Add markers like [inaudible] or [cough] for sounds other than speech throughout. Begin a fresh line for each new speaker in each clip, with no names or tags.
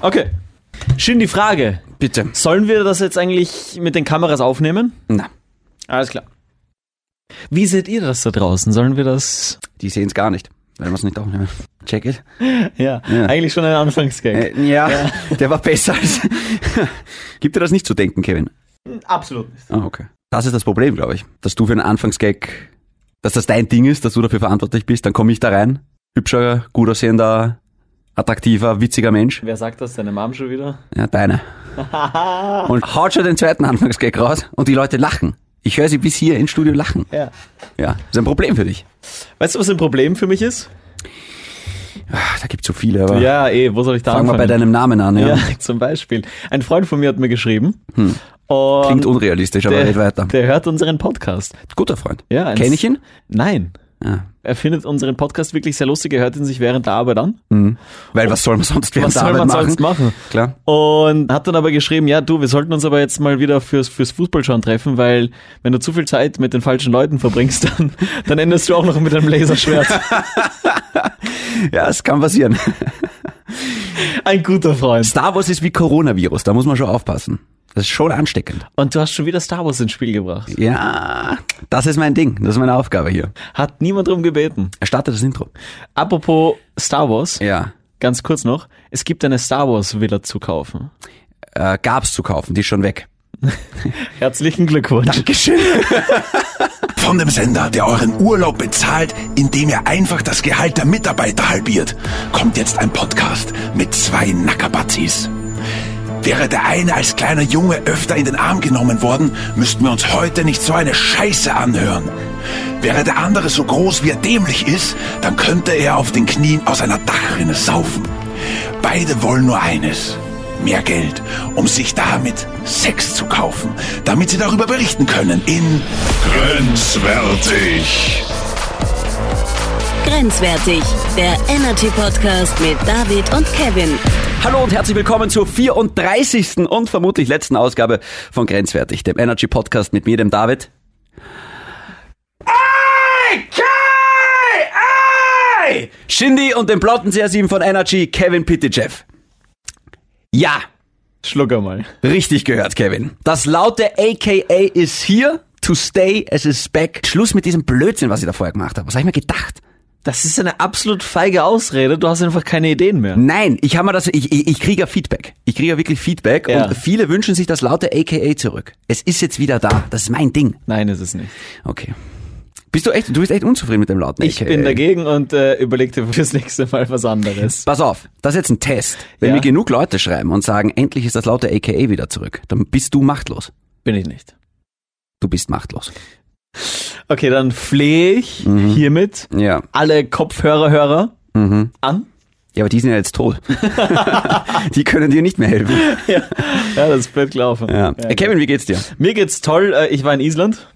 Okay. Schön die Frage.
Bitte.
Sollen wir das jetzt eigentlich mit den Kameras aufnehmen?
Na,
Alles klar. Wie seht ihr das da draußen? Sollen wir das?
die sehen es gar nicht. Wenn wir es nicht aufnehmen. Check it.
Ja,
Ja.
eigentlich schon ein Anfangsgag.
Äh, ja, der war besser als. [laughs] Gibt dir das nicht zu denken, Kevin?
Absolut nicht.
Ah, okay. Das ist das Problem, glaube ich. Dass du für einen Anfangsgag, dass das dein Ding ist, dass du dafür verantwortlich bist, dann komme ich da rein. Hübscher, gut aussehender, attraktiver, witziger Mensch.
Wer sagt das? Deine Mom schon wieder?
Ja, deine. [laughs] Und haut schon den zweiten Anfangsgag raus und die Leute lachen. Ich höre sie bis hier ins Studio lachen.
Ja.
Ja, ist ein Problem für dich.
Weißt du, was ein Problem für mich ist?
Ah, Da gibt's so viele, aber
Ja, eh, wo soll ich da
fangen wir bei deinem Namen an. Ja. Hm.
Ja, [laughs] zum Beispiel. Ein Freund von mir hat mir geschrieben. Und
Klingt unrealistisch, aber
der,
red weiter.
Der hört unseren Podcast.
Guter Freund.
Ja, eins-
Kenn ich ihn?
Nein.
Ja.
Er findet unseren Podcast wirklich sehr lustig. Er hört ihn sich während der Arbeit an.
Weil was soll man sonst
Was
während der
soll man
Arbeit machen?
sonst machen?
Klar.
Und hat dann aber geschrieben, ja du, wir sollten uns aber jetzt mal wieder fürs, fürs Fußballschauen treffen, weil wenn du zu viel Zeit mit den falschen Leuten verbringst, [laughs] dann, dann endest du auch noch mit einem Laserschwert.
Ja, es kann passieren.
[laughs] Ein guter Freund.
[laughs] Star Wars ist wie Coronavirus, da muss man schon aufpassen. Das ist schon ansteckend.
Und du hast schon wieder Star Wars ins Spiel gebracht.
Ja, das ist mein Ding, das ist meine Aufgabe hier.
Hat niemand drum gebeten.
Starte das Intro.
Apropos Star Wars,
Ja,
ganz kurz noch, es gibt eine Star Wars Villa zu kaufen.
äh, gab's zu kaufen, die ist schon weg.
Herzlichen Glückwunsch.
Geschehen.
Von dem Sender, der euren Urlaub bezahlt, indem ihr einfach das Gehalt der Mitarbeiter halbiert, kommt jetzt ein Podcast mit zwei Nackerbatzis. Wäre der eine als kleiner Junge öfter in den Arm genommen worden, müssten wir uns heute nicht so eine Scheiße anhören. Wäre der andere so groß, wie er dämlich ist, dann könnte er auf den Knien aus einer Dachrinne saufen. Beide wollen nur eines. Mehr Geld, um sich damit Sex zu kaufen, damit sie darüber berichten können in Grenzwertig.
Grenzwertig, der Energy Podcast mit David und Kevin.
Hallo und herzlich willkommen zur 34. und vermutlich letzten Ausgabe von Grenzwertig, dem Energy Podcast mit mir, dem David. Ei, Kai, ei! Shindy und dem blonden CR7 von Energy, Kevin Pitychev. Ja,
Schluck einmal.
Richtig gehört, Kevin. Das laute AKA ist hier. To stay, es ist back. Schluss mit diesem Blödsinn, was ich da vorher gemacht habe. Was habe ich mir gedacht?
Das ist eine absolut feige Ausrede, du hast einfach keine Ideen mehr.
Nein, ich habe mir das, ich, ich, ich kriege ja Feedback. Ich kriege ja wirklich Feedback
Ja.
und viele wünschen sich das laute AKA zurück. Es ist jetzt wieder da. Das ist mein Ding.
Nein, ist es nicht.
Okay. Bist du echt, du bist echt unzufrieden mit dem lauten
Ich
AKA?
bin dagegen und äh, überleg dir fürs nächste Mal was anderes.
Pass auf, das ist jetzt ein Test. Wenn
Ja.
mir genug Leute schreiben und sagen, endlich ist das laute AKA wieder zurück, dann bist du machtlos.
Bin ich nicht.
Du bist machtlos.
Okay, dann flehe ich
Mhm.
hiermit
Ja.
alle Kopfhörerhörer
Mhm.
an.
Ja, aber die sind ja
[laughs]
jetzt tot. die können dir nicht mehr helfen.
Ja, ja das ist blöd gelaufen. Ja,
Ja. Äh, Kevin, wie geht's dir?
Mir geht's toll. äh, Ich war in Island.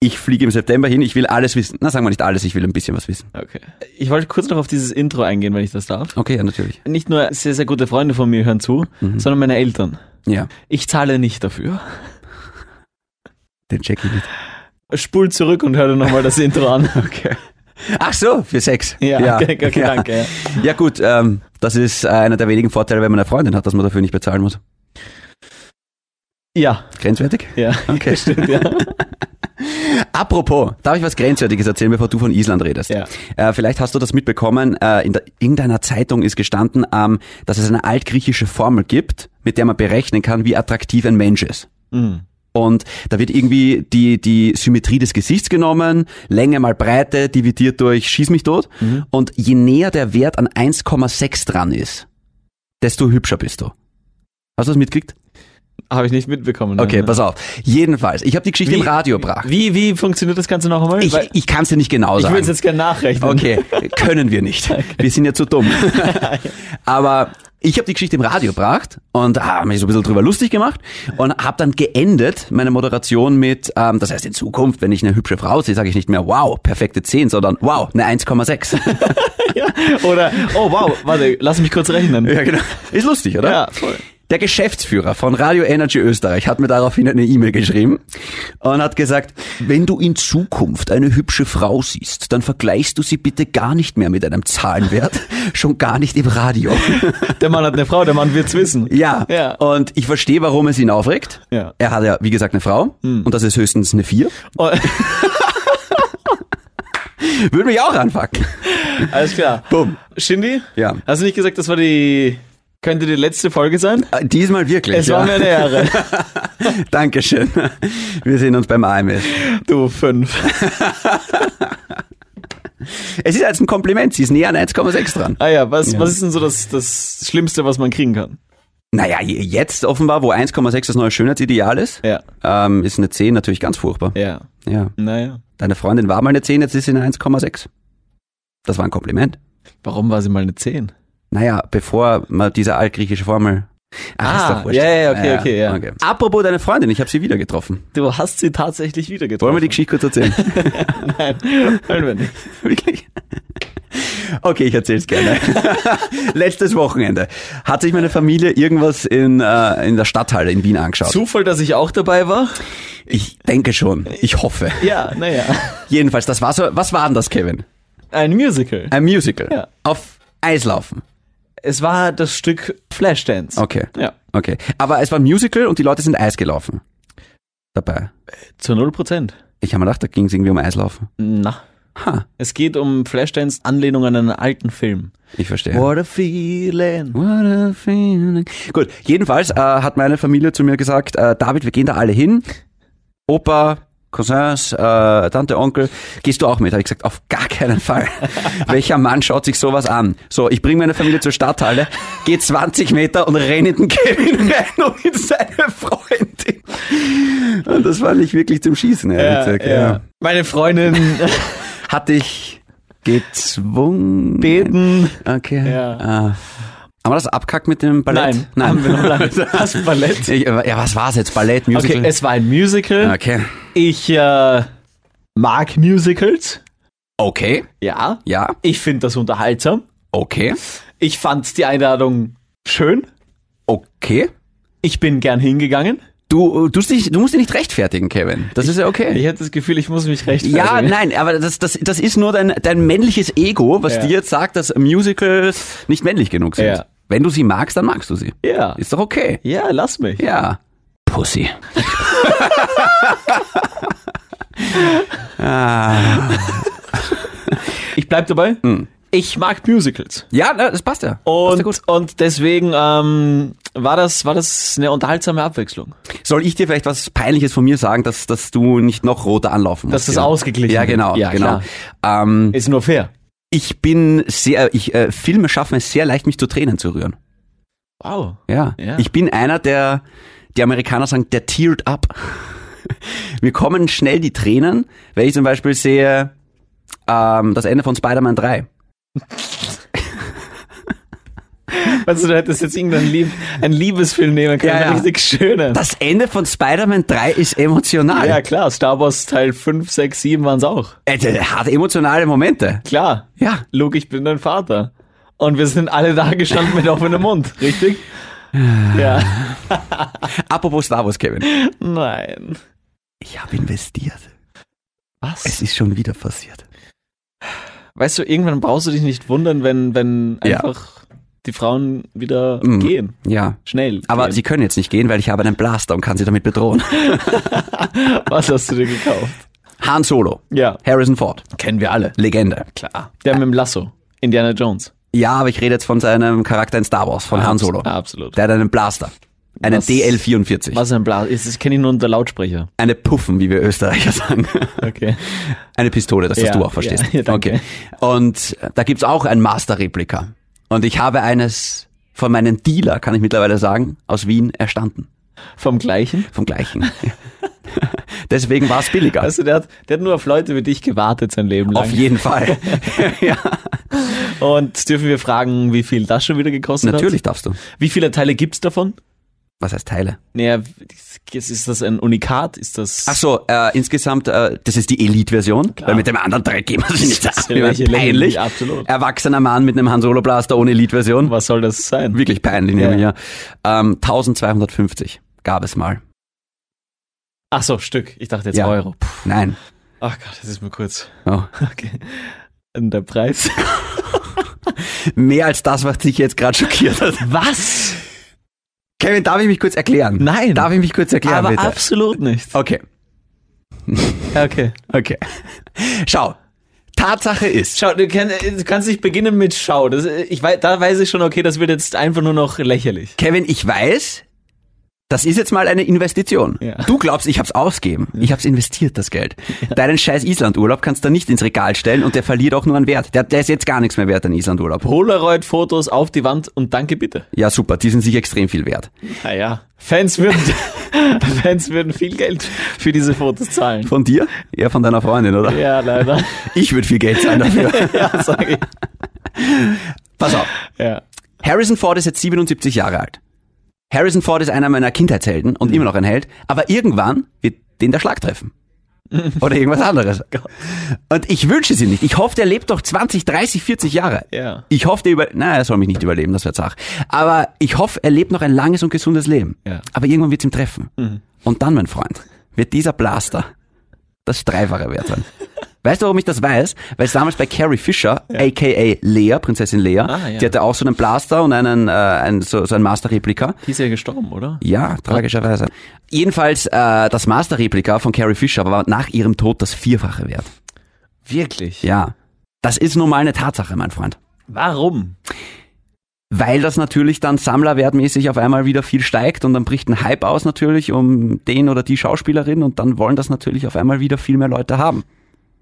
Ich fliege im September hin, ich will alles wissen. Na, sagen wir nicht alles, ich will ein bisschen was wissen.
Okay. Ich wollte kurz noch auf dieses Intro eingehen, wenn ich das darf.
Okay, ja, natürlich.
Nicht nur sehr, sehr gute Freunde von mir hören zu,
Mhm.
sondern meine Eltern.
Ja,
Ich zahle nicht dafür.
den check ich nicht.
Spul zurück und hör dir nochmal das Intro
[laughs]
an. Okay.
Ach so, für Sex.
Ja, okay, okay,
ja.
danke, ja.
Ja gut, ähm, das ist äh, einer der wenigen Vorteile, wenn man eine Freundin hat, dass man dafür nicht bezahlen muss.
Ja,
Grenzwertig?
ja.
[laughs]
[laughs]
Okay.
Stimmt, ja.
Apropos, darf ich was Grenzwertiges erzählen, bevor du von Island redest?
Ja.
Äh, vielleicht hast du das mitbekommen, äh, in der, irgendeiner Zeitung ist gestanden, ähm, dass es eine altgriechische Formel gibt, mit der man berechnen kann, wie attraktiv ein Mensch ist.
Hm.
Und da wird irgendwie die, die Symmetrie des Gesichts genommen, Länge mal Breite, dividiert durch Schieß mich tot.
Mhm.
Und je näher der Wert an 1,6 dran ist, desto hübscher bist du. Hast du das mitgekriegt?
Habe ich nicht mitbekommen.
Okay,
Nein.
pass auf. Jedenfalls, ich habe die Geschichte im Radio gebracht.
Wie, wie funktioniert das Ganze noch einmal?
Ich,
Weil-
ich kann es dir nicht genau
ich
sagen.
will es jetzt gerne nachrechnen.
Okay, [laughs] können wir nicht. Wir sind ja zu dumm. Aber ich habe die Geschichte im Radio gebracht und habe mich so ein bisschen drüber lustig gemacht und habe dann geendet meine Moderation mit, ähm, das heißt in Zukunft, wenn ich eine hübsche Frau sehe, sage ich nicht mehr, wow, perfekte 10, sondern wow, eine 1,6.
[laughs] Ja. Oder, oh wow, warte, lass mich kurz rechnen.
ja, genau. Ist lustig, oder?
Ja, voll.
Der Geschäftsführer von Radio Energy Österreich hat mir daraufhin eine E-Mail geschrieben und hat gesagt, wenn du in Zukunft eine hübsche Frau siehst, dann vergleichst du sie bitte gar nicht mehr mit einem
[laughs]
Zahlenwert, schon gar nicht im Radio.
Der Mann hat eine Frau, der Mann wird's wissen.
Ja.
Ja.
Und ich verstehe, warum es ihn aufregt.
Ja. Hm.
Er hat ja, wie gesagt, eine Frau. Und das ist höchstens eine vier.
Oh,
Würde mich auch anpacken.
alles klar.
Bumm.
Shindy?
Ja.
Hast du nicht gesagt, das war die, könnte die letzte Folge sein?
Äh, Diesmal wirklich.
Es
ja.
war mir eine Ehre.
[laughs] Dankeschön. Wir sehen uns beim AMS.
[laughs] Du fünf.
Es ist als ein Kompliment. Sie ist näher an 1,6 dran.
Ah ja, was, was ist denn so das, das Schlimmste, was man kriegen kann?
Naja, je- jetzt offenbar, wo 1,6 das neue Schönheitsideal ist,
Ja.
ähm, ist eine 10 natürlich ganz furchtbar.
Ja.
ja.
Naja.
Deine Freundin war mal eine 10, jetzt ist sie eine 1,6. Das war ein Kompliment.
Warum war sie mal eine 10?
Naja, bevor man diese altgriechische Formel.
Ah,
wurscht.
ja, ja, okay, okay, ja.
Apropos deine Freundin, ich habe sie wieder getroffen.
Du hast sie tatsächlich wieder getroffen.
Wollen wir die Geschichte
[laughs]
kurz erzählen? [laughs]
Nein, wollen wir nicht.
Wirklich? Okay, ich erzähl's gerne. [laughs] Letztes Wochenende hat sich meine Familie irgendwas in, äh, in der Stadthalle in Wien
[laughs]
angeschaut.
Zufall, dass ich auch dabei war?
ich denke schon. Ich hoffe.
Ja, naja.
Jedenfalls, das war so. Was war denn das, Kevin?
Ein Musical.
Ein Musical.
Ja.
Auf Eislaufen.
Es war das Stück Flashdance.
Okay.
Ja.
Okay. Aber es war ein Musical und die Leute sind Eis gelaufen. Dabei.
Zu 0 Prozent.
Ich habe mir gedacht, da ging es irgendwie um Eislaufen.
Na.
Ha,
Es geht um Flashdance Anlehnung an einen alten Film.
ich verstehe.
What a feeling.
What a feeling. Gut, jedenfalls äh, hat meine Familie zu mir gesagt, äh, David, wir gehen da alle hin. Opa, Cousins, äh, Tante, Onkel, gehst du auch mit? Habe ich gesagt, auf gar keinen [laughs] Fall. Welcher Mann schaut sich sowas an? So, ich bringe meine Familie zur Stadthalle, gehe 20 Meter und renne in den Kevin [laughs] rein und in seine Freundin. Und das war nicht wirklich zum Schießen. ehrlich gesagt, ja.
Meine [laughs] Freundin
Hatte ich gezwungen.
beten.
Okay.
Ja.
Ah. Aber das Abkack mit dem Ballett?
Nein, haben wir noch lange. [laughs] Das Ballett.
[laughs] Ich, äh, ja, was war es jetzt? Ballett, Musical?
Okay, es war ein Musical.
okay.
Ich äh, mag Musicals.
Okay.
Ja.
Ja.
Ich finde das unterhaltsam.
Okay.
Ich fand die Einladung schön.
Okay.
Ich bin gern hingegangen.
Du, äh, du, musst dich, du musst dich nicht rechtfertigen, Kevin. Das ist ja okay.
Ich hatte das Gefühl, ich also- muss mich rechtfertigen.
Ja, nein, aber das, das, das ist nur dein, dein männliches Ego, was
Ja.
dir jetzt sagt, dass Musicals nicht männlich genug sind.
Ja.
Wenn du sie magst, dann magst du sie.
Ja.
Ist doch okay.
Ja, lass mich.
Ja. Pussy.
Ich bleib dabei. Ich mag Musicals.
Ja, na, das passt ja. passt ja
Und,
gut.
und deswegen ähm, war, das, war das eine unterhaltsame Abwechslung.
Soll ich dir vielleicht was Peinliches von mir sagen, dass, dass du nicht noch roter anlaufen musst?
Dass das ausgeglichen
Ja,
wird.
genau.
Ja,
genau. Ähm,
Ist nur fair.
ich bin sehr, ich äh, Filme schaffen es sehr leicht, mich zu Tränen zu rühren.
Wow.
Ja.
Ja.
Ich bin einer, der, die Amerikaner sagen, der teared up. [laughs] Mir kommen schnell die Tränen, wenn ich zum Beispiel sehe ähm, das Ende von Spider-Man 3.
Also du hättest jetzt irgendeinen Lieb einen Liebesfilm nehmen können,
Ja, ja.
einen richtig schönen.
Das Ende von Spider-Man 3 ist emotional.
ja klar, Star Wars Teil 5, 6, 7 waren es auch.
Äh, hat emotionale Momente.
Klar.
Ja.
Luke, ich bin dein Vater. Und wir sind alle da gestanden mit offenem Mund, [sighs] richtig? Ja.
Apropos Star Wars, Kevin.
Nein.
Ich habe investiert.
Was?
Es ist schon wieder passiert.
weißt du, irgendwann brauchst du dich nicht wundern, wenn, wenn
Ja.
einfach die Frauen wieder
Mhm.
gehen.
Ja.
Schnell.
Aber
gehen.
sie können jetzt nicht gehen, weil ich habe einen Blaster und kann sie damit
[laughs]
bedrohen.
was hast du dir gekauft?
Han Solo.
Ja.
Harrison Ford.
Kennen wir alle.
Legende.
Klar. Der mit dem Lasso. Indiana Jones.
Ja, aber ich rede jetzt von seinem Charakter in Star Wars, von Han Solo.
Ah, absolut.
Der hat einen Blaster. Einen
Was-
DL-44.
Was ein Blas. Das kenne ich nur unter Lautsprecher.
Eine Puffen, wie wir
[laughs]
Österreicher sagen. [laughs]
Okay.
Eine Pistole, dass
Ja,
das du auch verstehst.
ja, [laughs] ja, danke.
Und äh, da gibt's auch ein Master-Replika. Und ich habe eines von meinem Dealer, kann ich mittlerweile sagen, aus Wien erstanden.
Vom gleichen?
Vom gleichen.
[laughs]
[laughs] Deswegen war es billiger.
Weißt du, der hat, der hat nur auf Leute wie dich gewartet sein Leben lang.
Auf jeden Fall. ja,
Und dürfen wir fragen, wie viel [laughs] das schon wieder gekostet hat?
natürlich darfst du.
Wie viele Teile gibt's davon?
Was heißt Teile?
Naja, ist das ein Unikat? Ist das.
Ach so, äh, insgesamt, äh, das ist die Elite-Version, weil mit dem anderen Dreck gehen wir sie nicht
Das
an.
ist ja lächerlich,
peinlich.
absolut.
Erwachsener Mann mit einem Han Solo Blaster ohne Elite-Version.
was soll das sein?
Wirklich peinlich,
Ja.
ja. ja. Ähm, 1250 gab es mal.
Ach so, Stück. Ich dachte jetzt
Ja. Oh
Euro. Puh.
Nein.
Ach Gott, das ist mir kurz.
Oh.
Okay. Und der Preis.
Mehr als das, was dich jetzt gerade schockiert hat.
Was?
Kevin, darf ich mich kurz erklären?
Nein.
Darf ich mich kurz erklären,
Aber
bitte?
absolut nicht.
Okay,
Okay.
okay. Schau, Tatsache ist,
Schau, du, kann, du kannst nicht beginnen mit Schau. Das, ich, wei- da weiß ich schon, okay, das wird jetzt einfach nur noch lächerlich.
Kevin, ich weiß, das ist jetzt mal eine Investition.
Ja.
Du glaubst, ich hab's ausgeben. Ich hab's investiert, das Geld. Deinen scheiß Islandurlaub kannst du nicht ins Regal stellen und der verliert auch nur an Wert. Der, der ist jetzt gar nichts mehr wert, dein Islandurlaub.
Polaroid-Fotos auf die Wand und danke bitte.
Ja, super, die sind sich extrem viel wert.
Naja, Fans würden, [laughs] Fans würden viel Geld für diese Fotos zahlen.
Von dir? Ja, von deiner Freundin, oder?
Ja, leider.
Ich würde viel Geld zahlen dafür.
[laughs] ja, sag ich.
Pass auf.
[laughs] Ja.
Harrison Ford ist jetzt 77 Jahre alt. Harrison Ford ist einer meiner Kindheitshelden und immer noch ein Held, aber irgendwann wird den der Schlag treffen. Oder irgendwas anderes. Und ich wünsche sie nicht. Ich hoffe, der lebt doch 20, 30, 40 Jahre.
Ja.
Ich hoffe, der über, na, er soll mich nicht überleben, das wäre zach. Aber ich hoffe, er lebt noch ein langes und gesundes Leben.
Ja. Mhm.
Aber irgendwann wird's ihm treffen. Und dann, mein Freund, wird dieser Blaster das Dreifache
[laughs]
wert sein. Weißt du, warum ich das weiß? Weil es damals bei Carrie Fisher, aka Lea, Prinzessin Lea,
Ah, ja.
die hatte auch so einen Blaster und einen, äh, einen so, so einen Master-Replika.
Die ist ja gestorben, oder?
Ja, tragischerweise. Jedenfalls, äh, das Master-Replika von Carrie Fisher war nach ihrem Tod das Vierfache wert.
Wirklich?
Ja. Das ist nun mal eine Tatsache, mein Freund.
Warum?
Weil das natürlich dann sammlerwertmäßig auf einmal wieder viel steigt und dann bricht ein Hype aus natürlich um den oder die Schauspielerin und dann wollen das natürlich auf einmal wieder viel mehr Leute haben.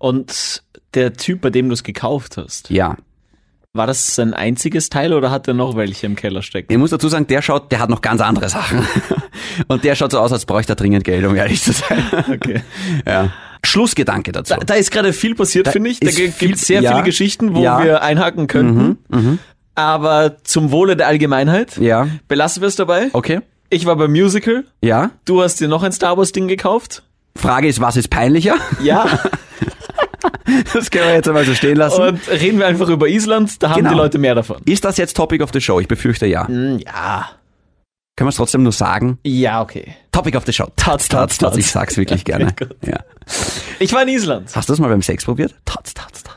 Und der Typ, bei dem du es gekauft hast,
Ja.
war das sein einziges Teil oder hat er noch welche im Keller stecken?
Ich muss dazu sagen, der schaut, der hat noch ganz andere Sachen. [laughs] Und der schaut so aus, als bräuchte er dringend Geld, um ehrlich zu sein.
[laughs] Okay.
[laughs] Ja. Schlussgedanke dazu.
Da, da ist gerade viel passiert, finde ich. Da
ist
gibt
viel-
es sehr
ja,
viele Geschichten, wo
ja. Mhm,
wir einhaken könnten. Aber zum Wohle der Allgemeinheit
Ja.
belassen wir es dabei.
Okay.
Ich war beim Musical.
Ja.
Du hast dir noch ein Star Wars Ding gekauft.
Frage ist, was
[laughs]
ist peinlicher? [laughs]
Ja.
Das können wir jetzt einmal so stehen lassen.
Und reden wir einfach über Island. Da haben
Genau.
die Leute mehr davon.
ist das jetzt Topic of the Show? Ich befürchte ja.
Mhm.
Können
Ja.
wir es trotzdem nur sagen?
Ja, okay.
Topic of the Show. Tats, tats, tats. Ich
[laughs]
sag's wirklich gerne.
gut.
Ja.
Ich war in
[laughs]
Island.
Hast du das mal beim Sex probiert? Tats, tats, tats.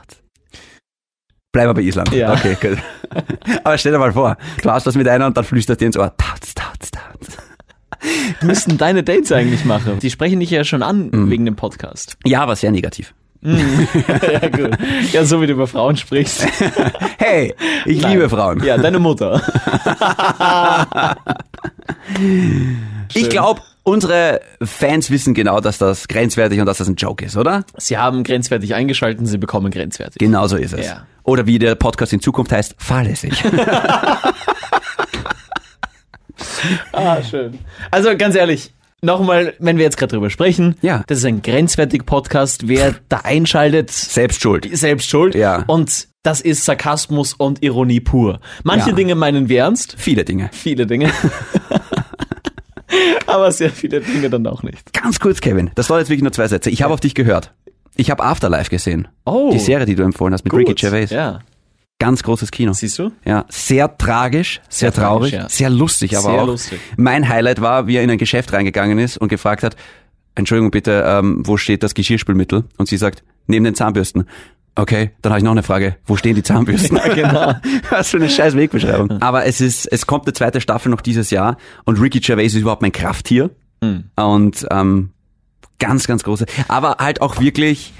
Bleib mal bei Island.
Ja.
Okay,
[laughs]
gut. Aber stell dir mal vor, du hast was mit einer und dann flüstert dir ins Ohr. Tats, tats, tats.
müssen deine Dates eigentlich machen? Die sprechen dich ja schon an
Mhm.
wegen dem Podcast. [laughs]
Ja, aber sehr negativ.
ja, gut. Ja, so wie du über Frauen sprichst.
Hey, ich
Nein.
[laughs] liebe Frauen.
Ja, deine Mutter. [laughs]
ich glaube, unsere Fans wissen genau, dass das grenzwertig und dass das ein Joke ist, oder?
Sie haben grenzwertig eingeschalten, sie bekommen grenzwertig.
Genau so ist es.
Ja.
Oder wie der Podcast in Zukunft heißt,
[laughs]
fahrlässig.
Ah, schön. Also ganz ehrlich, nochmal, wenn wir jetzt gerade drüber sprechen,
Ja.
das ist ein grenzwertig Podcast. Wer da einschaltet,
Selbst schuld.
selbst schuld.
Ja.
Und das ist Sarkasmus und Ironie pur. Manche
Ja.
Dinge meinen wir ernst,
Viele Dinge.
viele Dinge. [laughs] Aber sehr viele Dinge dann auch nicht.
Ganz kurz, Kevin. Das waren jetzt wirklich nur zwei Sätze. Ich habe auf dich gehört. Ich habe Afterlife gesehen.
Oh.
Die Serie, die du empfohlen hast mit Ricky
Gut.
Gervais.
Ja.
Ganz großes Kino.
Siehst du?
Ja, sehr tragisch,
Sehr
sehr,
tragisch,
traurig,
ja.
sehr lustig, aber
Sehr
auch.
lustig.
Mein Highlight war, wie er in ein Geschäft reingegangen ist und gefragt hat, Entschuldigung bitte, ähm, wo steht das Geschirrspülmittel? Und sie sagt, neben den Zahnbürsten. Okay, dann habe ich noch eine Frage. Wo stehen
[laughs]
die Zahnbürsten?
genau.
Was für eine scheiß Wegbeschreibung. Aber es ist, es kommt eine zweite Staffel noch dieses Jahr und Ricky Gervais ist überhaupt mein Krafttier.
Mhm.
Und ähm, ganz, ganz große. Aber halt auch wirklich,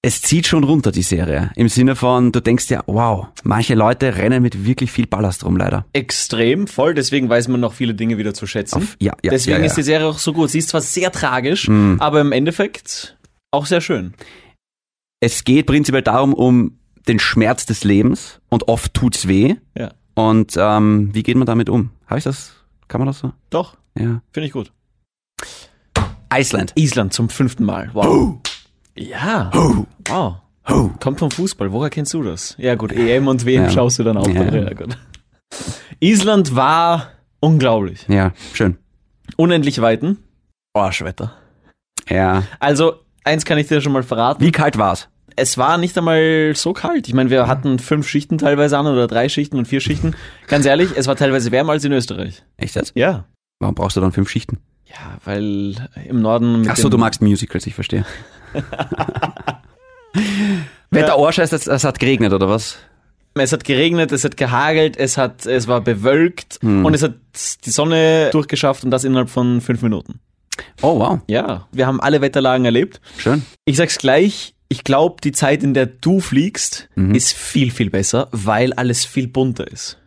es zieht schon runter, die Serie. Im Sinne von, du denkst ja, wow, manche Leute rennen mit wirklich viel Ballast rum, leider.
Extrem voll, deswegen weiß man noch viele Dinge wieder zu schätzen.
ja, ja,
deswegen
ja, Hm. ja.
ist die Serie auch so gut. Sie ist zwar sehr tragisch, aber im Endeffekt auch sehr schön.
Es geht prinzipiell darum, um den Schmerz des Lebens und oft tut's weh.
Ja.
Und ähm, wie geht man damit um? Habe ich das? Kann man das so?
Doch,
Ja.
finde ich gut.
Iceland.
Island zum fünften Mal. Wow. Ja. Wow.
Ho.
Kommt vom Fußball. Woher kennst du das? Ja, gut. EM und WM
Ja.
schaust du dann auch.
Ja.
Ja. gut. Island war Unglaublich.
Ja, schön.
Unendlich Weiten. Arschwetter.
Ja.
Also, eins kann ich dir schon mal verraten.
Wie kalt war's?
Es war nicht einmal so kalt. Ich meine, wir hatten fünf Schichten teilweise an oder drei Schichten und vier Schichten. Ganz ehrlich, es war teilweise wärmer als in Österreich.
Echt jetzt?
Ja.
Warum brauchst du dann fünf Schichten?
Ja, weil im Norden. mit
Ach so,
dem-
du magst Musicals, ich verstehe.
[laughs]
Wetter Orsch heißt, es, es hat geregnet, oder was?
Es hat geregnet, es hat gehagelt, es hat, es war bewölkt
Hm.
und es hat die Sonne durchgeschafft und das innerhalb von fünf Minuten.
Oh, wow.
Ja, wir haben alle Wetterlagen erlebt.
Schön.
Ich sag's gleich, ich glaube, die Zeit, in der du fliegst,
Mhm.
ist viel, viel besser, weil alles viel bunter ist.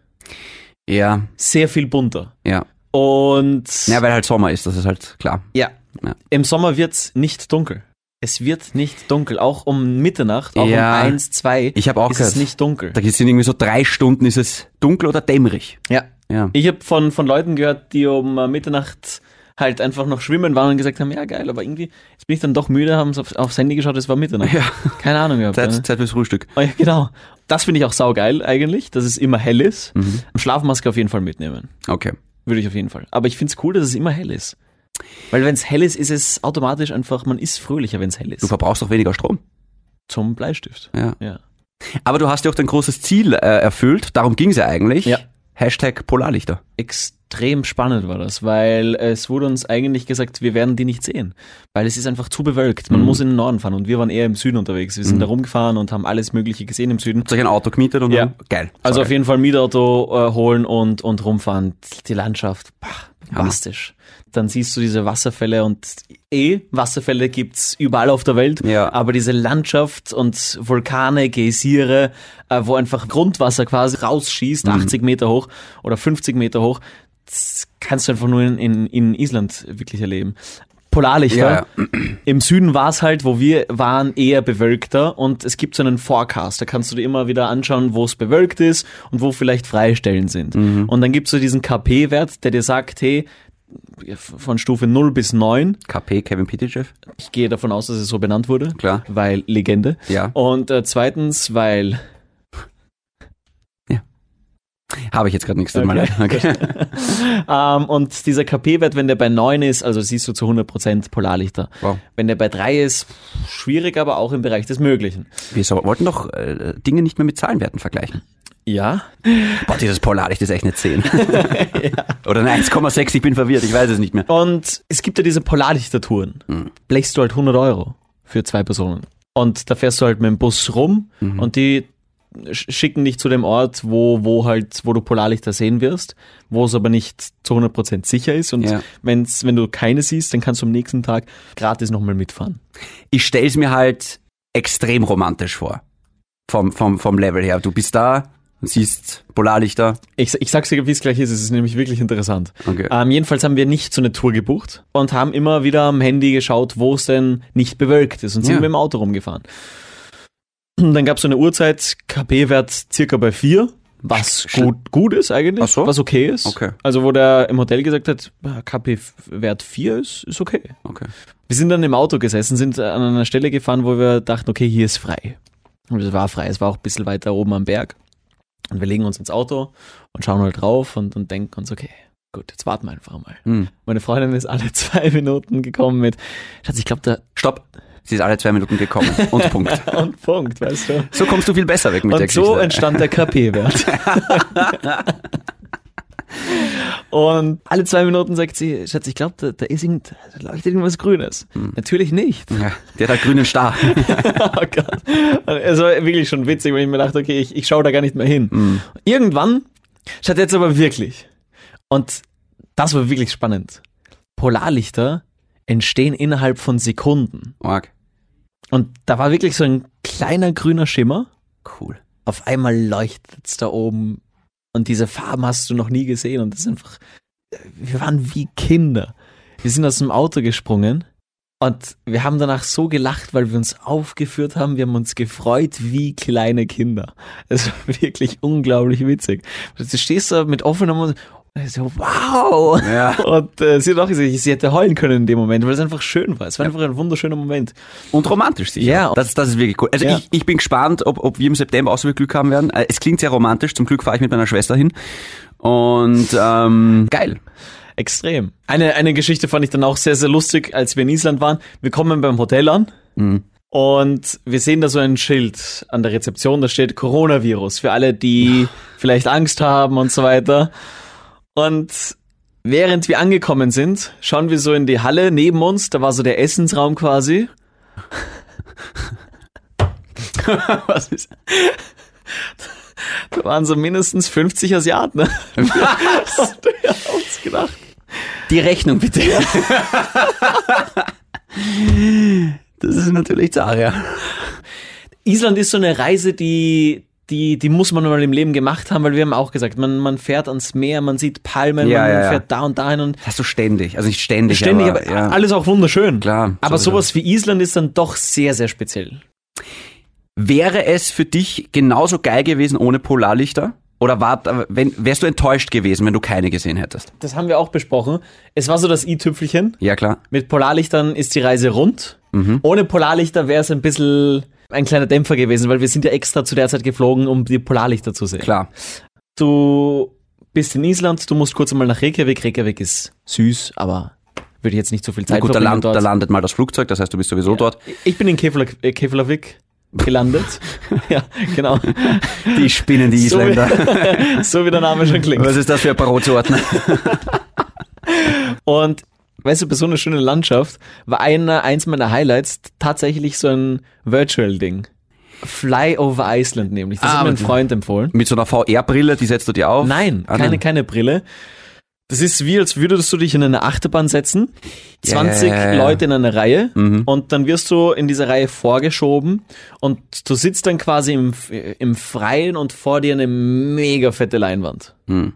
Ja,
Sehr viel bunter.
ja.
Und
Ja, weil halt Sommer ist, das ist halt klar.
ja,
Ja.
im Sommer wird's nicht dunkel. Es wird nicht dunkel, auch um Mitternacht, auch
Ja.
um eins, zwei
Ich habe auch
ist
gehört.
es nicht dunkel.
Da sind irgendwie so drei Stunden, ist es dunkel oder dämmerig.
Ja,
Ja.
Ich habe von, von Leuten gehört, die um äh, Mitternacht halt einfach noch schwimmen waren und gesagt haben, ja geil, aber irgendwie, jetzt bin ich dann doch müde, haben auf, aufs Handy geschaut, es war Mitternacht.
Ja.
Keine Ahnung gehabt.
Zeit,
ne?
Zeit fürs Frühstück.
Oh, ja, genau. Das finde ich auch saugeil eigentlich, dass es immer hell ist.
Mhm.
Schlafmaske auf jeden Fall mitnehmen.
Okay.
Würde ich auf jeden Fall. Aber ich finde es cool, dass es immer hell ist. Weil wenn es hell ist, ist es automatisch einfach, man ist fröhlicher, wenn es hell ist.
Du verbrauchst auch weniger Strom.
Zum Bleistift.
Ja.
Ja.
Aber du hast ja auch dein großes Ziel äh, erfüllt. Darum ging's ja eigentlich.
Ja.
Hashtag Polarlichter.
Extrem spannend war das, weil es wurde uns eigentlich gesagt, wir werden die nicht sehen, weil es ist einfach zu bewölkt. Man muss in den Norden fahren und wir waren eher im Süden unterwegs. Wir sind da rumgefahren und haben alles Mögliche gesehen im Süden.
Habt ihr euch ein Auto gemietet und
Ja.
dann- geil.
Also
Sorry.
auf jeden Fall Mietauto äh, holen und, und rumfahren. Die Landschaft, bah, fantastisch. Dann siehst du diese Wasserfälle und eh, Wasserfälle gibt's überall auf der Welt.
Ja.
Aber diese Landschaft und Vulkane, Geysire, äh, wo einfach Grundwasser quasi rausschießt,
Mhm.
80 Meter hoch oder 50 Meter hoch, das kannst du einfach nur in, in, in Island wirklich erleben. Polarlichter.
Ja,
Im Süden war es halt, wo wir waren, eher bewölkter und es gibt so einen Forecast, da kannst du dir immer wieder anschauen, wo es bewölkt ist und wo vielleicht Freistellen sind.
Mhm.
Und dann gibt's so diesen KP-Wert, der dir sagt, hey, von Stufe 0 bis 9,
KP, Kevin Pitychev.
ich gehe davon aus, dass es so benannt wurde,
Klar.
weil Legende.
Ja.
Und äh, zweitens, weil
Habe ich jetzt gerade nichts okay. Okay.
[laughs] Ähm, und dieser KP-Wert, wenn der bei 9 ist, also siehst du zu 100% Polarlichter.
Wow.
Wenn der bei 3 ist, schwierig, aber auch im Bereich des Möglichen.
Wir so, wollten doch äh, Dinge nicht mehr mit Zahlenwerten vergleichen.
Ja,
Boah, dieses Polarlicht ist echt
[laughs]
eine 10. [laughs] Oder eine 1,6, ich bin verwirrt, ich weiß es nicht mehr.
Und es gibt ja diese Polarlichter-Touren. Blechst du halt 100 Euro für zwei Personen. Und da fährst du halt mit dem Bus rum und die sch- schicken dich zu dem Ort, wo, wo halt, wo du Polarlichter sehen wirst, wo es aber nicht zu 100% sicher ist. Und
Ja.
wenn's, wenn du keine siehst, dann kannst du am nächsten Tag gratis nochmal mitfahren.
Ich stelle es mir halt extrem romantisch vor. Vom, vom, vom Level her. Du bist da, siehst Polarlichter.
Ich, ich sag's dir, wie es gleich ist, es ist nämlich wirklich interessant.
Okay.
Ähm, jedenfalls haben wir nicht so eine Tour gebucht und haben immer wieder am Handy geschaut, wo es denn nicht bewölkt ist und sind
Ja.
mit dem Auto rumgefahren. Und Dann gab es so eine Uhrzeit, KP-Wert circa bei 4, was
Sch-
gut, gut ist eigentlich,
Ach so.
was okay ist.
Okay.
Also wo der im Hotel gesagt hat, KP-Wert 4 ist, ist okay.
Okay.
Wir sind dann im Auto gesessen, sind an einer Stelle gefahren, wo wir dachten, okay, hier ist frei. Und es war frei, es war auch ein bisschen weiter oben am Berg. Und wir legen uns ins Auto und schauen halt drauf und, und denken uns, okay, gut, jetzt warten wir einfach mal.
Hm.
Meine Freundin ist alle [laughs] zwei Minuten gekommen mit, Schatz, ich glaube,
[laughs]
da,
Stopp. Sie ist alle zwei Minuten gekommen.
[laughs]
Und Punkt.
und Punkt, weißt du.
So kommst du viel besser weg mit der
Und
Geschichte.
so entstand der
[laughs]
KP-Wert. und alle zwei Minuten sagt sie, Schatz, ich glaube, da, da ist irgend, da leuchtet irgendwas Grünes.
Hm.
Natürlich nicht.
ja, der hat halt
[laughs]
grünen Star.
Oh Gott. Es war wirklich schon witzig, wenn ich mir dachte, okay, ich, ich schaue da gar nicht mehr hin.
Hm.
Irgendwann, statt jetzt aber wirklich. Und das war wirklich spannend. Polarlichter entstehen innerhalb von Sekunden.
Mark.
Und da war wirklich so ein kleiner grüner Schimmer.
Cool.
Auf einmal leuchtet es da oben. Und diese Farben hast du noch nie gesehen. Und das ist einfach. Wir waren wie Kinder. Wir sind aus dem Auto gesprungen. Und wir haben danach so gelacht, weil wir uns aufgeführt haben. Wir haben uns gefreut wie kleine Kinder. Es war [laughs] wirklich unglaublich witzig. Du stehst da mit offenem Mund. und So, wow!
Ja.
Und äh, sie hat auch gesagt, sie hätte heulen können in dem Moment, weil es einfach schön war. Es war einfach ein wunderschöner Moment.
Und romantisch sicher.
Ja.
Das, das ist wirklich cool. Also
Ja.
ich, ich bin gespannt, ob, ob wir im September auch so viel Glück haben werden. Äh, Es klingt sehr romantisch. Zum Glück fahre ich mit meiner Schwester hin. Und ähm,
[laughs]
geil.
Extrem. Eine, eine Geschichte fand ich dann auch sehr, sehr lustig, als wir in Island waren. Wir kommen beim Hotel an und wir sehen da so ein Schild an der Rezeption, da steht Coronavirus für alle, die vielleicht Angst haben und so weiter. Und während wir angekommen sind, schauen wir so in die Halle neben uns, da war so der Essensraum quasi. [laughs] Was ist? Da waren so mindestens 50 Asiaten. Was? [laughs] Und wir haben uns gedacht,
Die Rechnung bitte. [laughs] das ist natürlich Zara. Ja.
Island ist so eine Reise, die, die, die muss man mal im Leben gemacht haben, weil wir haben auch gesagt, man, man fährt ans Meer, man sieht Palmen,
Ja,
man
ja, ja.
fährt da und dahin und
Hast du ständig, also nicht ständig,
ständig, aber,
ja.
alles auch wunderschön.
Klar,
Aber
sowieso.
sowas wie Island ist dann doch sehr, sehr speziell.
Wäre es für dich genauso geil gewesen ohne Polarlichter? Oder war, wenn, wärst du enttäuscht gewesen, wenn du keine gesehen hättest?
Das haben wir auch besprochen. Es war so das i-Tüpfelchen.
Ja, klar.
Mit Polarlichtern ist die Reise rund.
Mhm.
Ohne Polarlichter wäre es ein bisschen ein kleiner Dämpfer gewesen, weil wir sind ja extra zu der Zeit geflogen, um die Polarlichter zu sehen.
Klar.
Du bist in Island, du musst kurz einmal nach Reykjavik. Reykjavik ist süß, aber würde ich jetzt nicht so viel
Na
Zeit
gut, da,
verbringen
land, da
dort.
landet mal das Flugzeug, das heißt, du bist sowieso dort.
Ich bin in Keflavik, äh, Keflavik
[laughs]
gelandet. ja, genau.
Die spinnen,
[laughs]
die
So wie-
Isländer.
So wie der Name schon klingt.
Was ist das für ein Parozordner?
Und weißt du, bei so einer schönen Landschaft war einer, eins meiner Highlights tatsächlich so ein Virtual-Ding. Fly over Iceland nämlich. Das
Ah,
hat mir ein
mit-
Freund empfohlen.
Mit so einer VR-Brille, die setzt du dir auf?
Nein,
Ah,
keine, keine Brille. Das ist wie, als würdest du dich in eine Achterbahn setzen, 20
Ja, ja, Mhm. ja, ja.
Leute in eine Reihe und dann wirst du in dieser Reihe vorgeschoben und du sitzt dann quasi im, im Freien und vor dir eine mega fette Leinwand.
Hm.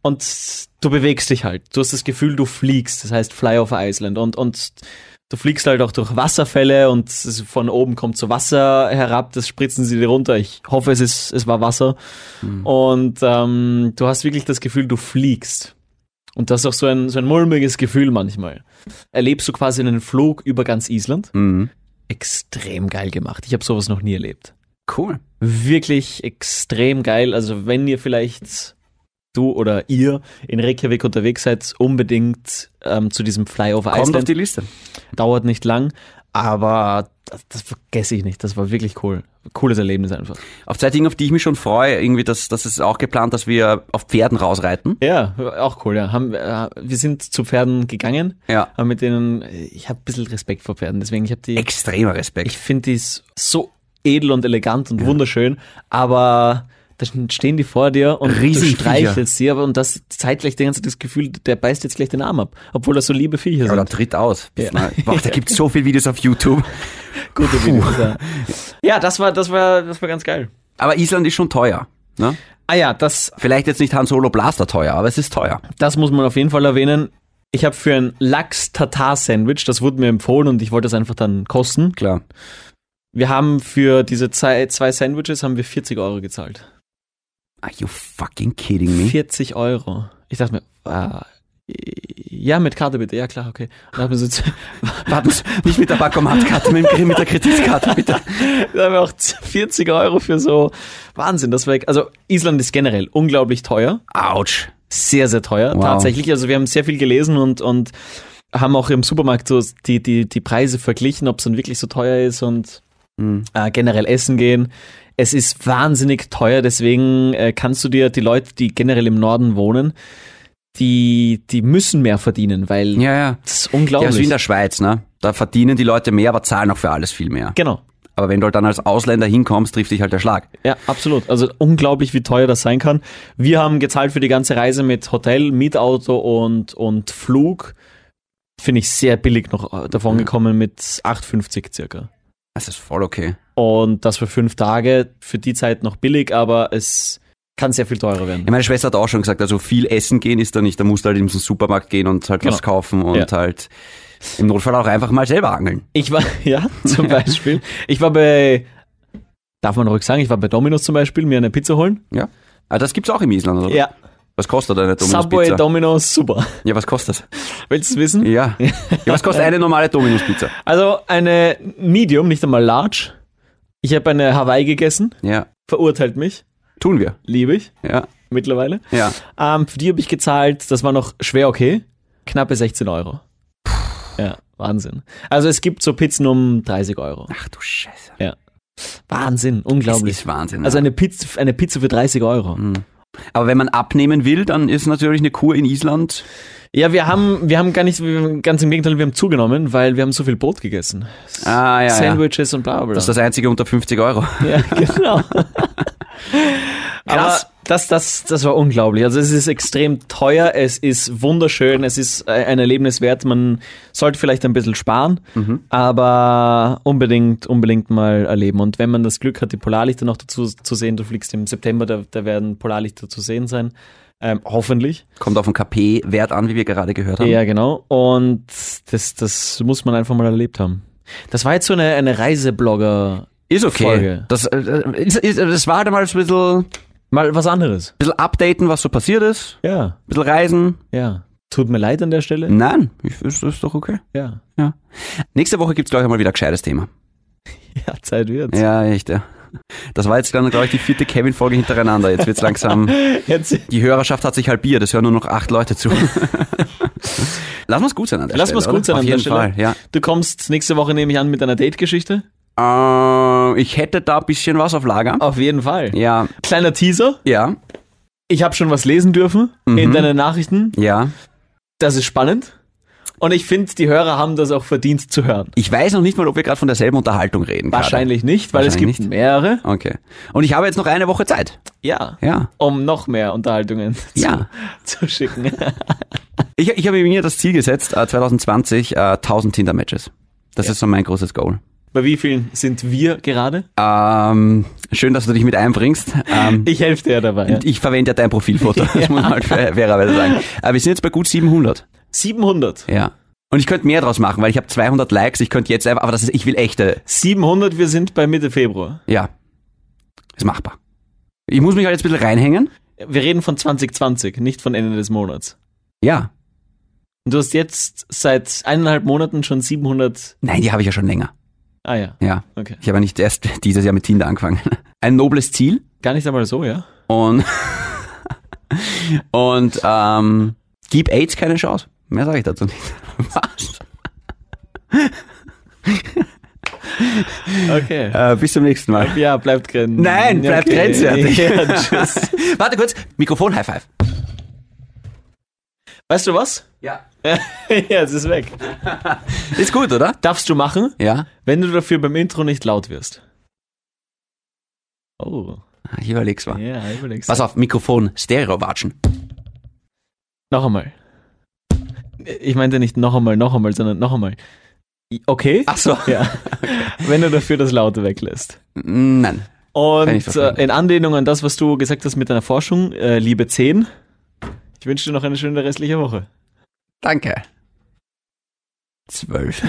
Und du bewegst dich halt. Du hast das Gefühl, du fliegst. Das heißt Fly over Iceland. Und, und du fliegst halt auch durch Wasserfälle und es- von oben kommt so Wasser herab. Das spritzen sie dir runter. Ich hoffe, es, ist, es war Wasser. Hm. Und ähm, du hast wirklich das Gefühl, du fliegst. Und das ist auch so ein, so ein mulmiges Gefühl manchmal. Erlebst du quasi einen Flug über ganz Island.
Mhm.
Extrem geil gemacht. Ich habe sowas noch nie erlebt
Cool.
wirklich extrem geil. Also wenn ihr vielleicht du oder ihr in Reykjavik unterwegs seid, unbedingt ähm, zu diesem Flyover
Kommt auf
Iceland.
die Liste.
Dauert nicht lang, aber das, das vergesse ich nicht. Das war wirklich cool. Cooles Erlebnis einfach.
Auf zwei Dinge, auf die ich mich schon freue, irgendwie, das, das ist auch geplant, dass wir auf Pferden rausreiten.
Ja, auch cool. Ja. Haben, äh, wir sind zu Pferden gegangen,
Ja.
haben mit denen, ich habe ein bisschen Respekt vor Pferden, deswegen ich habe die,
Extremer Respekt.
ich finde die s- so edel und elegant und wunderschön, aber da stehen die vor dir und du
Riesenviecher.
streichelst sie, aber und das zeitgleich die ganze Zeit das Gefühl, der beißt jetzt gleich den Arm ab, obwohl das so liebe Viecher
Ja, oder
sind.
tritt aus.
[laughs] Ja.
Na, Boah, da gibt's so viele Videos auf YouTube.
Gute Videos, ja. ja, das war, das war, das war ganz geil.
Aber Island ist schon teuer. Ne?
Ah ja, das,
Vielleicht jetzt nicht Han Solo Blaster teuer, aber es ist teuer.
das muss man auf jeden Fall erwähnen. Ich habe für ein Lachs-Tatar-Sandwich, das wurde mir empfohlen und ich wollte das einfach dann kosten.
Klar.
Wir haben für diese zwei, zwei Sandwiches haben wir 40 Euro gezahlt.
Are you fucking kidding me?
40 Euro. Ich dachte mir, ah, ja, mit Karte bitte, ja klar, okay. Und dann haben wir, so,
Warten Sie, nicht mit der Bankomatkarte, mit, dem- mit der Kreditkarte, bitte.
[laughs] dann haben wir auch 40 Euro für so Wahnsinn, das war also Island ist generell unglaublich teuer,
Autsch.
sehr sehr teuer
Wow.
tatsächlich. Also wir haben sehr viel gelesen und und haben auch im Supermarkt so die die die Preise verglichen, ob es dann wirklich so teuer ist und äh, generell essen gehen. Es ist wahnsinnig teuer, deswegen äh, kannst du dir die Leute, die generell im Norden wohnen, die, die müssen mehr verdienen, weil
Ja, ja.
Das ist
Ja, ist wie
unglaublich.
in der Schweiz, ne? Da verdienen die Leute mehr, aber zahlen auch für alles viel mehr.
genau.
Aber wenn du halt dann als Ausländer hinkommst, trifft dich halt der Schlag.
Ja, absolut. Also unglaublich, wie teuer das sein kann. Wir haben gezahlt für die ganze Reise mit Hotel, Mietauto und, und Flug. Finde ich sehr billig noch äh,
Mhm.
davon gekommen mit 8,50 circa.
Das ist voll okay.
Und das für fünf Tage, für die Zeit noch billig, aber es kann sehr viel teurer werden.
Ja, meine Schwester hat auch schon gesagt, also viel essen gehen ist da nicht. Da musst du halt in den Supermarkt gehen und halt was
Genau.
kaufen und
Ja.
halt im Notfall auch einfach mal selber angeln.
Ich war, [laughs] ja, zum Beispiel. Ich war bei, darf man ruhig sagen, ich war bei Domino's zum Beispiel, mir eine Pizza holen.
Ja. Aber das gibt's auch im Island, oder?
Ja,
Was kostet eine Dominus
Subway,
Pizza?
Domino's, super.
Ja, was kostet?
Willst du es wissen?
Ja. ja. Was kostet eine normale Dominus Pizza?
Also eine Medium, nicht einmal large. Ich habe eine Hawaii gegessen,
Ja.
verurteilt mich,
Tun wir.
liebe ich.
Ja.
mittlerweile.
Ja.
Ähm, für die habe ich gezahlt, das war noch schwer okay, knappe 16 Euro. Ja, Wahnsinn. Also es gibt so Pizzen um 30 Euro.
Ach du Scheiße.
Wahnsinn,
Das
unglaublich.
ist Mhm. Wahnsinn.
Also
ja.
eine Pizza, eine Pizza für 30 Euro.
Aber wenn man abnehmen will, dann ist natürlich eine Kur in Island.
Ja, wir haben, wir haben gar nicht, ganz im Gegenteil, wir haben zugenommen, weil wir haben so viel Brot gegessen.
Ah, ja, ja.
Sandwiches und bla bla.
Das ist das einzige unter 50 Euro. [laughs]
[laughs] Ja, genau. Aber
Krass.
das, das, das war unglaublich. Also es ist extrem teuer, es ist wunderschön, es ist äh, ein Erlebnis wert. Man sollte vielleicht ein bisschen sparen, aber unbedingt, unbedingt mal erleben. Und wenn man das Glück hat, die Polarlichter noch dazu zu sehen, du fliegst im September, da, da werden Polarlichter zu sehen sein. Ähm, hoffentlich.
Kommt auf den KP-Wert an, wie wir gerade gehört haben.
Ja, genau. Und das, das muss man einfach mal erlebt haben. Das war jetzt so eine, eine Reiseblogger,
Ist okay.
Folge.
Das, äh, ist, ist, das war halt mal ein bisschen,
mal was anderes.
bisschen updaten, was so passiert ist.
Ja.
Ein bisschen reisen.
Ja. Tut mir leid an der Stelle.
Nein, ich, ist, ist doch okay.
Ja. [laughs]
Ja. Nächste Woche gibt's, glaub ich, mal wieder ein gescheites Thema.
Ja, Zeit wird's.
Ja, echt, ja. Das war jetzt, glaube ich, die vierte Kevin-Folge hintereinander. Jetzt wird's [laughs] langsam.
Jetzt,
Die Hörerschaft hat sich halbiert. Es hören nur noch acht
[laughs]
Leute zu. Lass uns gut sein an der
lass
Stelle.
mal's gut sein
oder?
an der
Auf jeden
Stelle.
Fall, ja.
Du kommst nächste Woche, nehme ich an, mit einer Date-Geschichte.
Äh, ich hätte da ein bisschen was auf Lager.
Auf jeden Fall.
Ja,
Kleiner Teaser.
ja,
Ich habe schon was lesen dürfen
Mhm.
in deinen Nachrichten.
ja.
Das ist spannend. Und ich finde, die Hörer haben das auch verdient zu hören.
Ich weiß noch nicht mal, ob wir gerade von derselben Unterhaltung reden. gerade.
Wahrscheinlich nicht, weil
Wahrscheinlich
es gibt mehrere.
Okay. Und ich habe jetzt noch eine Woche Zeit.
Ja.
Ja.
Um noch mehr Unterhaltungen [laughs] zu,
Ja.
zu schicken. [laughs]
Ich, ich habe mir das Ziel gesetzt, äh, 2020 äh, 1000 Tinder-Matches. Das ist so mein großes Goal.
Bei wie vielen sind wir gerade?
Ähm, schön, dass du dich mit einbringst. Ähm,
Ich helfe dir dabei.
und ich verwende ja dein
[laughs]
Profilfoto, das muss man halt fair- fairerweise sagen. Aber wir sind jetzt bei gut 700.
700.
Ja. Und ich könnte mehr draus machen, weil ich habe 200 Likes. Ich könnte jetzt einfach, aber das ist, ich will echte.
700, wir sind bei Mitte Februar.
Ja. Ist machbar. Ich muss mich halt jetzt ein bisschen reinhängen.
Wir reden von 2020, nicht von Ende des Monats.
Ja.
Und Du hast jetzt seit eineinhalb Monaten schon 700.
Nein, die habe ich ja schon länger.
Ah ja,
Ja.
okay.
Ich habe ja nicht erst [laughs] dieses Jahr mit Tinder angefangen. Ein nobles Ziel.
Gar nicht einmal so, ja?
Und, [laughs] und ähm, gib AIDS keine Chance. Mehr sage ich dazu nicht. [laughs] Was?
Okay.
Äh, bis zum nächsten Mal.
Ja, bleibt grenzen.
Nein, bleibt grenzwertig.
[laughs] Ja,
[laughs]
tschüss.
Warte kurz, Mikrofon High Five.
Weißt du was?
[laughs] Ja.
ja, es ist weg.
Ist gut, oder?
Darfst du machen,
Ja.
wenn du dafür beim Intro nicht laut wirst. Oh,
Ich überleg's mal.
ja, überlegst.
Pass auf, Mikrofon Stereo watschen.
Noch einmal. Ich meinte nicht noch einmal, noch einmal, sondern noch einmal. Okay?
Ach so.
Ja.
[laughs]
Wenn du dafür das Laute weglässt.
Nein.
Und
Kann ich verstehen.
äh, in Anlehnung an das, was du gesagt hast mit deiner Forschung, äh, liebe 10, ich wünsche dir noch eine schöne restliche Woche.
Danke. Zwölf.